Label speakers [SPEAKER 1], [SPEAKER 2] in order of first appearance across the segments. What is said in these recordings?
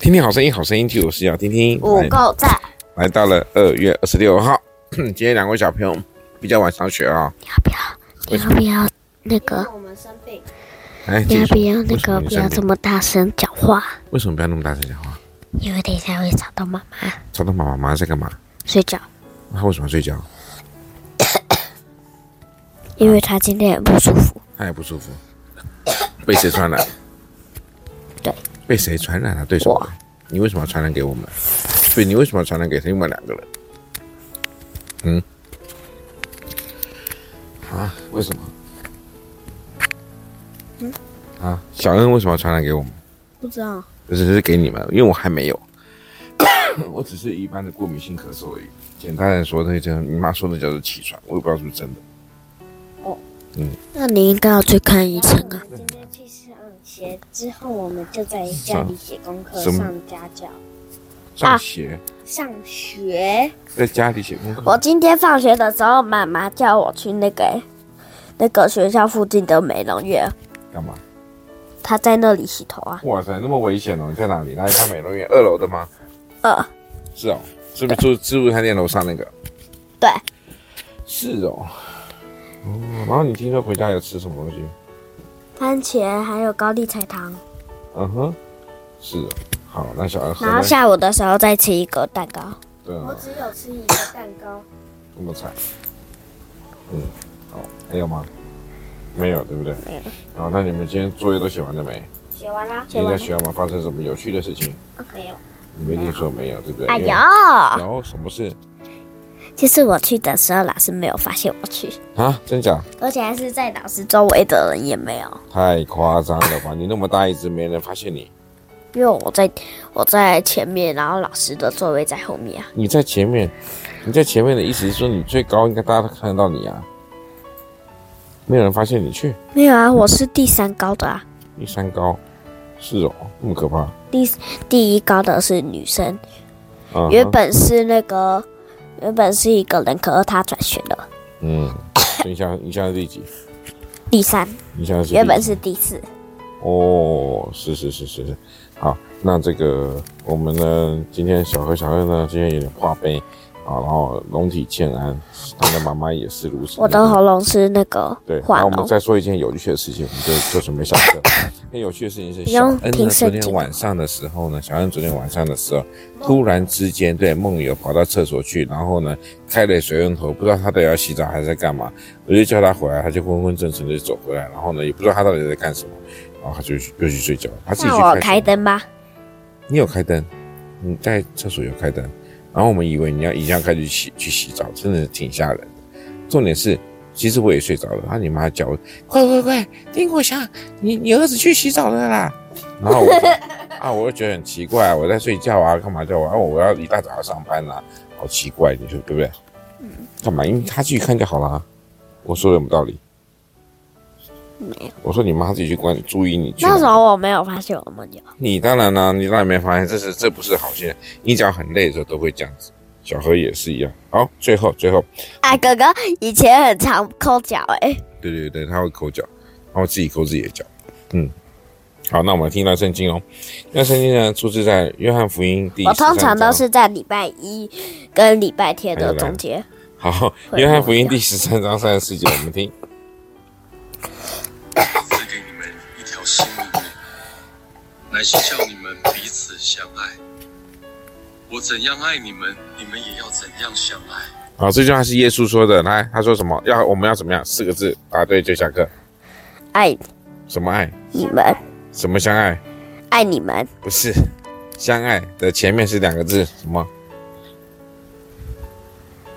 [SPEAKER 1] 听听好声音，好声音就是要听听。
[SPEAKER 2] 五
[SPEAKER 3] 哦
[SPEAKER 1] 来
[SPEAKER 2] 够赞，
[SPEAKER 1] 来到了二月二十六号， 今天两位小朋友比较晚上学啊、
[SPEAKER 3] 要不要？你要不要那个？
[SPEAKER 2] 我们生病，
[SPEAKER 1] 来，
[SPEAKER 3] 你
[SPEAKER 1] 继
[SPEAKER 3] 要
[SPEAKER 1] 续
[SPEAKER 3] 不要那
[SPEAKER 1] 为什么
[SPEAKER 3] 个？
[SPEAKER 1] 你
[SPEAKER 3] 不
[SPEAKER 1] 生
[SPEAKER 3] 要
[SPEAKER 1] 病
[SPEAKER 3] 这么大声讲话，
[SPEAKER 1] 为什么不要那么大声讲话？
[SPEAKER 3] 因为等一下会吵到妈妈
[SPEAKER 1] 吵到妈妈，妈妈在干嘛？
[SPEAKER 3] 睡觉。
[SPEAKER 1] 她为什么睡觉？
[SPEAKER 3] 因为她今天也不舒服，
[SPEAKER 1] 她也不舒服，被谁传染？
[SPEAKER 3] 对，
[SPEAKER 1] 被谁传染啊了、对什么？你为什么要传染给我们？对，你为什么要传染给另外两个人？嗯？啊？为什么？啊？小恩为什么要传染给我们？
[SPEAKER 2] 不知道。
[SPEAKER 1] 我只是给你们，因为我还没有， 我只是一般的过敏性咳嗽而已。简单的说，那叫你妈说的叫做气喘，我也不知道是不是真的。
[SPEAKER 3] 那你应该要去看医生啊。
[SPEAKER 2] 今天去上学之后，我们就在家里写功课，
[SPEAKER 1] 什么
[SPEAKER 2] 上家教，
[SPEAKER 1] 上学、
[SPEAKER 2] 上学。
[SPEAKER 1] 在家里写功课，
[SPEAKER 2] 我今天放学的时候，妈妈叫我去那个、那个学校附近的美容院，
[SPEAKER 1] 干嘛？
[SPEAKER 2] 她在那里洗头啊。
[SPEAKER 1] 哇塞，那么危险哦！你在哪里？哪里？看美容院二楼的吗？
[SPEAKER 2] 呃，
[SPEAKER 1] 是哦，是不是住自助餐店楼上那个？
[SPEAKER 2] 对，
[SPEAKER 1] 是哦。哦，然后你听说回家有吃什么东西？
[SPEAKER 2] 番茄还有高丽菜糖，
[SPEAKER 1] 嗯哼，是哦。好，那小孩喝
[SPEAKER 2] 然后
[SPEAKER 1] 呢
[SPEAKER 2] 下午的时候再吃一个蛋糕。
[SPEAKER 1] 对啊，
[SPEAKER 2] 只有吃一个蛋糕。
[SPEAKER 1] 这么惨。嗯，好，还有吗？没有，对不对？
[SPEAKER 2] 没有。
[SPEAKER 1] 好，那你们今天作业都写完了没？
[SPEAKER 2] 写完啦，
[SPEAKER 1] 今天在学校吗？发生什么有趣的事情？
[SPEAKER 2] 没有。
[SPEAKER 1] 你们一定说没有，对不对？
[SPEAKER 2] 哎
[SPEAKER 1] 因为
[SPEAKER 2] 呦，
[SPEAKER 1] 有什么事
[SPEAKER 2] 其实我去的时候，老师没有发现我去，
[SPEAKER 1] 啊？真假？
[SPEAKER 2] 而且还是在老师周围的人也没有，
[SPEAKER 1] 太夸张了吧！你那么大一只，没人发现你。
[SPEAKER 2] 因为我在我在前面，然后老师的座位在后面啊。
[SPEAKER 1] 你在前面，你在前面的意思是说你最高，应该大家都看得到你啊。没有人发现你去，
[SPEAKER 2] 没有啊，我是第三高的啊，
[SPEAKER 1] 你三高，是哦，那么可怕啊
[SPEAKER 2] 第第一高的是女生，
[SPEAKER 1] 嗯哈！
[SPEAKER 2] 原本是那个原本是一个人，可是她转学了。
[SPEAKER 1] 嗯，所以你现在你现在是第几？
[SPEAKER 2] 第三，
[SPEAKER 1] 你现在是第
[SPEAKER 2] 原本
[SPEAKER 1] 几
[SPEAKER 2] 是第四，
[SPEAKER 1] 哦，是是是是是，好，那这个我们呢，今天小何小恩呢，今天有点话悲啊，然后龙体欠安，他的妈妈也是如此。
[SPEAKER 2] 我的喉咙是那个
[SPEAKER 1] 对，然
[SPEAKER 2] 化
[SPEAKER 1] 后我们
[SPEAKER 2] 脓，
[SPEAKER 1] 再说一件有趣的事情，我们就就准备下 课。那有趣的事情是，
[SPEAKER 2] 不
[SPEAKER 1] 小
[SPEAKER 2] 用
[SPEAKER 1] 恩呢
[SPEAKER 2] 听
[SPEAKER 1] 昨
[SPEAKER 2] 圣
[SPEAKER 1] 天
[SPEAKER 2] 经
[SPEAKER 1] 晚上的时候呢，小恩昨天晚上的时候，突然之间对梦游跑到厕所去，然后呢开了水龙头，不知道他到底要洗澡还是在干嘛，我就叫他回来，他就昏昏沉沉的走回来，然后呢也不知道他到底在干什么，然后他就去又去睡觉，他自己
[SPEAKER 2] 那
[SPEAKER 1] 去
[SPEAKER 2] 我
[SPEAKER 1] 开
[SPEAKER 2] 开
[SPEAKER 1] 灯，
[SPEAKER 2] 灯吧。
[SPEAKER 1] 你有开灯，你在厕所有开灯，然后我们以为你要一样开始洗去洗澡，真的是挺吓人的。重点是，其实我也睡着了，然后你妈叫我，快快快，丁国祥，你你儿子去洗澡了啦。 然后我就啊，我就觉得很奇怪，我在睡觉啊，干嘛叫我？啊，我要一大早要上班啊，好奇怪，你说对不对？干嘛？因为他自己看就好啦。我说的有没有道理？没有。我说你妈自己去管，注意你去啊哪
[SPEAKER 2] 那时候我没有发现我梦游，
[SPEAKER 1] 你当然啦、你当然没发现，这是这不是好现象。你只要很累的时候都会这样子，小何也是一样。好，最后最后，
[SPEAKER 2] 哎，哥哥以前很常抠脚哎，
[SPEAKER 1] 对对对，他会抠脚，然后自己抠自己的脚。嗯，好，那我们听到圣经哦。那圣经呢，出自在约翰福音第
[SPEAKER 2] 我通
[SPEAKER 1] 13
[SPEAKER 2] 常都
[SPEAKER 1] 章
[SPEAKER 2] 是在礼拜一跟礼拜天的中间。
[SPEAKER 1] 好，
[SPEAKER 2] 会
[SPEAKER 1] 约翰福音第十三章三十四节，我们听。
[SPEAKER 4] 赐给你们一条新命令，乃是叫你们彼此相爱。我怎样爱你们，你们也要怎样相爱。
[SPEAKER 1] 好，这句话是耶稣说的。来，他说什么？要我们要怎么样？四个字，答对就下课。
[SPEAKER 2] 爱
[SPEAKER 1] 什么爱？
[SPEAKER 2] 你们，
[SPEAKER 1] 什么相爱？
[SPEAKER 2] 爱你们，
[SPEAKER 1] 不是，相爱的前面是两个字，什么？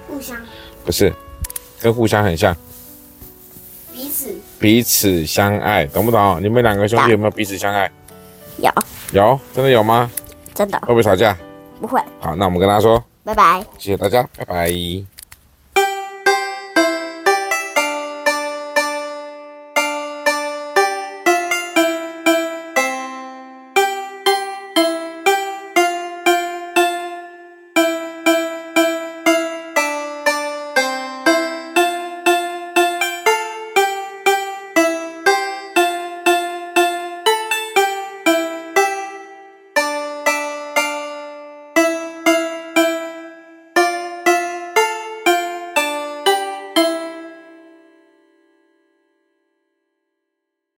[SPEAKER 3] 互相
[SPEAKER 1] 不是，跟互相很像，
[SPEAKER 3] 彼此
[SPEAKER 1] 彼此相爱，懂不懂？你们两个兄弟有没有彼此相爱？
[SPEAKER 2] 有
[SPEAKER 1] 有，真的有吗？
[SPEAKER 2] 真的
[SPEAKER 1] 哦会不会吵架？
[SPEAKER 2] 不会，
[SPEAKER 1] 好，那我们跟他说，
[SPEAKER 2] 拜拜。
[SPEAKER 1] 谢谢大家，拜拜。